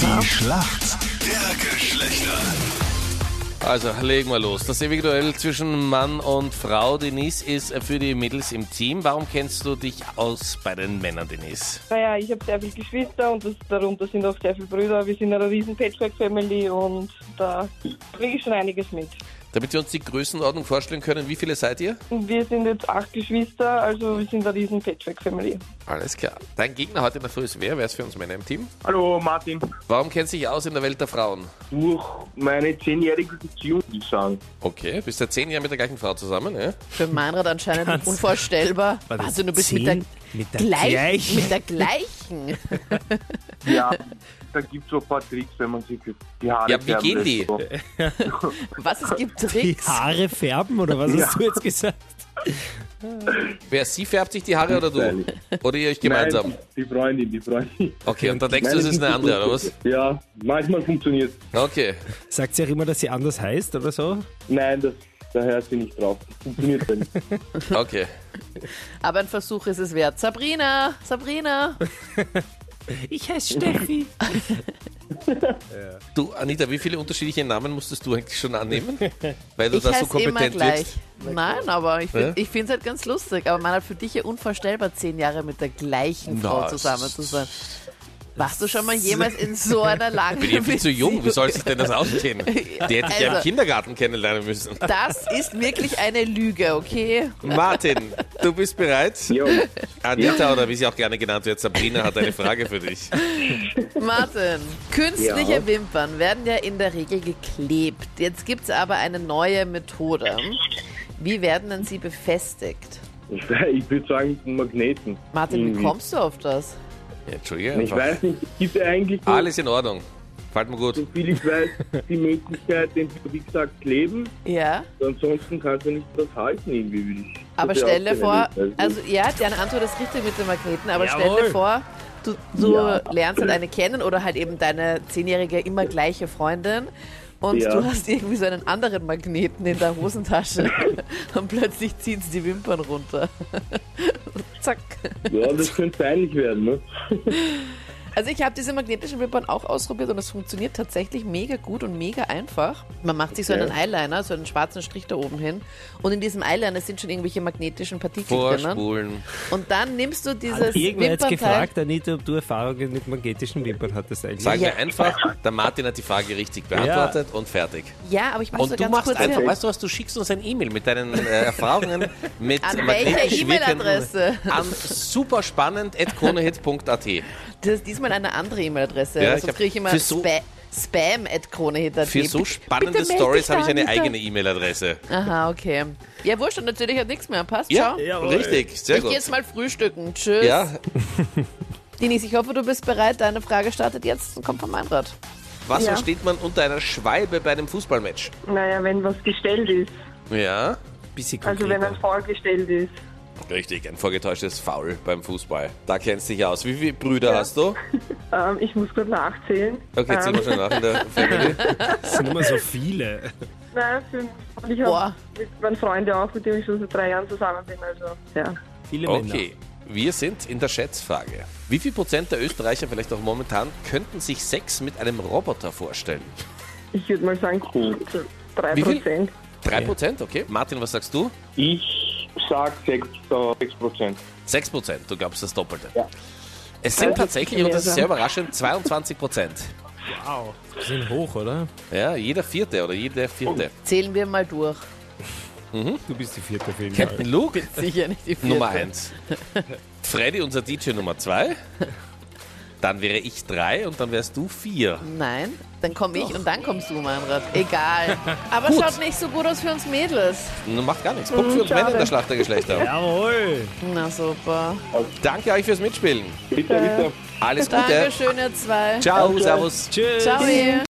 Die Schlacht der Geschlechter. Also, legen wir los. Das ewige Duell zwischen Mann und Frau. Denise ist für die Mädels im Team. Warum kennst du dich aus bei den Männern, Denise? Naja, ich habe sehr viele Geschwister und das, darunter sind auch sehr viele Brüder. Wir sind eine riesen Patchwork-Family und da kriege ich schon einiges mit. Damit wir uns die Größenordnung vorstellen können, wie viele seid ihr? Und wir sind jetzt acht Geschwister, also wir sind eine riesen Patchwork-Family. Alles klar. Dein Gegner heute in der Früh ist wer? Wer ist für uns Männer im Team? Hallo Martin. Warum kennst du dich aus in der Welt der Frauen? Durch meine zehnjährige Beziehung, würde ich sagen. Okay, bist seit zehn Jahren mit der gleichen Frau zusammen, ja? Für Meinrad anscheinend unvorstellbar. War das Also du bist mit der, zehn? Mit der gleichen, gleichen? mit der gleichen. Ja, da gibt es so ein paar Tricks, wenn man sich die Haare Ja, wie färben gehen lässt, die? So. Was es gibt Die Tricks. Haare färben oder was hast du jetzt gesagt? Wer sie färbt sich die Haare oder du? Oder ihr euch Also, gemeinsam? Nein, die Freundin, die Freundin. Okay, und dann denkst du, es ist eine andere, oder was? Ja, manchmal funktioniert Okay. Sagt sie auch immer, dass sie anders heißt oder so? Nein, das, da hört sie nicht drauf. Funktioniert denn. Okay. Aber ein Versuch ist es wert. Sabrina, Sabrina. Ich heiße Steffi. Du, Anita, wie viele unterschiedliche Namen musstest du eigentlich schon annehmen? Weil du Ich da so heiße immer kompetent gleich. wirkst. Nein, aber ich, Ja? find- ich finde es halt ganz lustig. Aber Meinrad, für dich ja unvorstellbar, zehn Jahre mit der gleichen Frau Na, zusammen zu sein. Warst du schon mal jemals in so einer langen Bin ich viel zu jung, wie Beziehung? soll sich denn das ausgehen? Die hätte ich ja im Also. Kindergarten kennenlernen müssen. Das ist wirklich eine Lüge, okay? Martin, du bist bereit? Jo, Anita, oder wie sie auch gerne genannt wird, Sabrina hat eine Frage für dich. Martin, künstliche Wimpern werden ja in der Regel geklebt. Jetzt gibt es aber eine neue Methode. Wie werden denn sie befestigt? ich würde sagen mit einem Magneten. Martin, wie Irgendwie. kommst du auf das? Ja, Entschuldige. Ich einfach. weiß nicht, gibt es eigentlich, so, Alles in Ordnung. Fällt mir gut. so viel ich weiß, die Möglichkeit, den wie gesagt, kleben. Ja, Ansonsten kannst du nicht das halten, irgendwie, würde ich. aber das wär auch stell dir so vor, eine- also ja, deine Antwort ist richtig mit den Magneten, aber stell dir Jawohl. vor, du, du Ja. lernst halt eine kennen oder halt eben deine zehnjährige immer gleiche Freundin. Und Ja. du hast irgendwie so einen anderen Magneten in der Hosentasche und plötzlich zieht es die Wimpern runter. Zack. Ja, das könnte peinlich werden, ne? Also ich habe diese magnetischen Wimpern auch ausprobiert und es funktioniert tatsächlich mega gut und mega einfach. Man macht sich so einen Eyeliner, so einen schwarzen Strich da oben hin und in diesem Eyeliner sind schon irgendwelche magnetischen Partikel drinnen. Vorspulen. Und dann nimmst du dieses Hat irgendwer jetzt Wimpernteil. gefragt, Anita, ob du Erfahrungen mit magnetischen Wimpern hattest eigentlich? Sagen wir einfach, der Martin hat die Frage richtig beantwortet und fertig. Ja, aber ich mach so Und du ganz machst kurz einfach, hin. weißt du was, du schickst uns ein E-Mail mit deinen äh, Erfahrungen mit An welcher magnetisch E-Mail-Adresse? wirkenden- An superspannend.kronehit.at. Das ist diesmal eine andere E-Mail-Adresse. Ja, ich Sonst hab- kriege ich immer für so- Spa Spam at Kronehit.at. Für so Bitte- spannende bitte meld Stories dich habe ich da, eine Anita. eigene E-Mail-Adresse. Aha, okay. Ja, wurscht und natürlich hat nichts mehr. Passt, Ja, ciao. richtig, sehr ich gehe gut. jetzt mal frühstücken. Tschüss. Ja, Dinis, ich hoffe, du bist bereit. Deine Frage startet jetzt und kommt vom Einrad. was Ja. versteht man unter einer Schweibe bei einem Fußballmatch? Naja, wenn was gestellt ist, Ja, Bisschen also wenn ein konkreter. Foul gestellt ist. richtig, ein vorgetäuschtes Foul beim Fußball. Da kennst du dich aus. Wie viele Brüder hast du? Ähm, ich muss gerade nachzählen. Okay, ziehen wir ähm, schon nach in der Family. Es sind immer so viele. nein, fünf. Und ich Boah. habe mit meinen Freunden auch, mit denen ich schon seit drei Jahren zusammen bin. Also, ja. Viele Männer. Okay, wir sind in der Schätzfrage. Wie viel Prozent der Österreicher, vielleicht auch momentan, könnten sich Sex mit einem Roboter vorstellen? Ich würde mal sagen, so drei Wie viel? Prozent. Drei Prozent, okay. Martin, was sagst du? Ich sag 6, äh, 6 Prozent. Sechs Prozent, du glaubst das Doppelte. Ja. Es sind Also, tatsächlich, und das ist sehr überraschend, 22 Prozent. Wow. Die sind hoch, oder? Ja, jeder Vierte oder jede Vierte. Zählen wir mal durch. Du bist die vierte auf jeden Fall. Captain Luke, Sicher nicht die vierte. Nummer eins. Freddy, unser DJ, Nummer zwei. Dann wäre ich drei und dann wärst du vier. Nein, dann komme ich und dann kommst du, Meinrad. Egal. Aber Gut. schaut nicht so gut aus für uns Mädels. Nun Macht gar nichts. Punkt für uns Männer in der Schlacht der Geschlechter. Jawohl. Na super. Danke euch fürs Mitspielen. Bitte, bitte. Alles Gute. Dankeschön, ihr zwei. Ciao, servus. Tschüss. Ciao. ihr.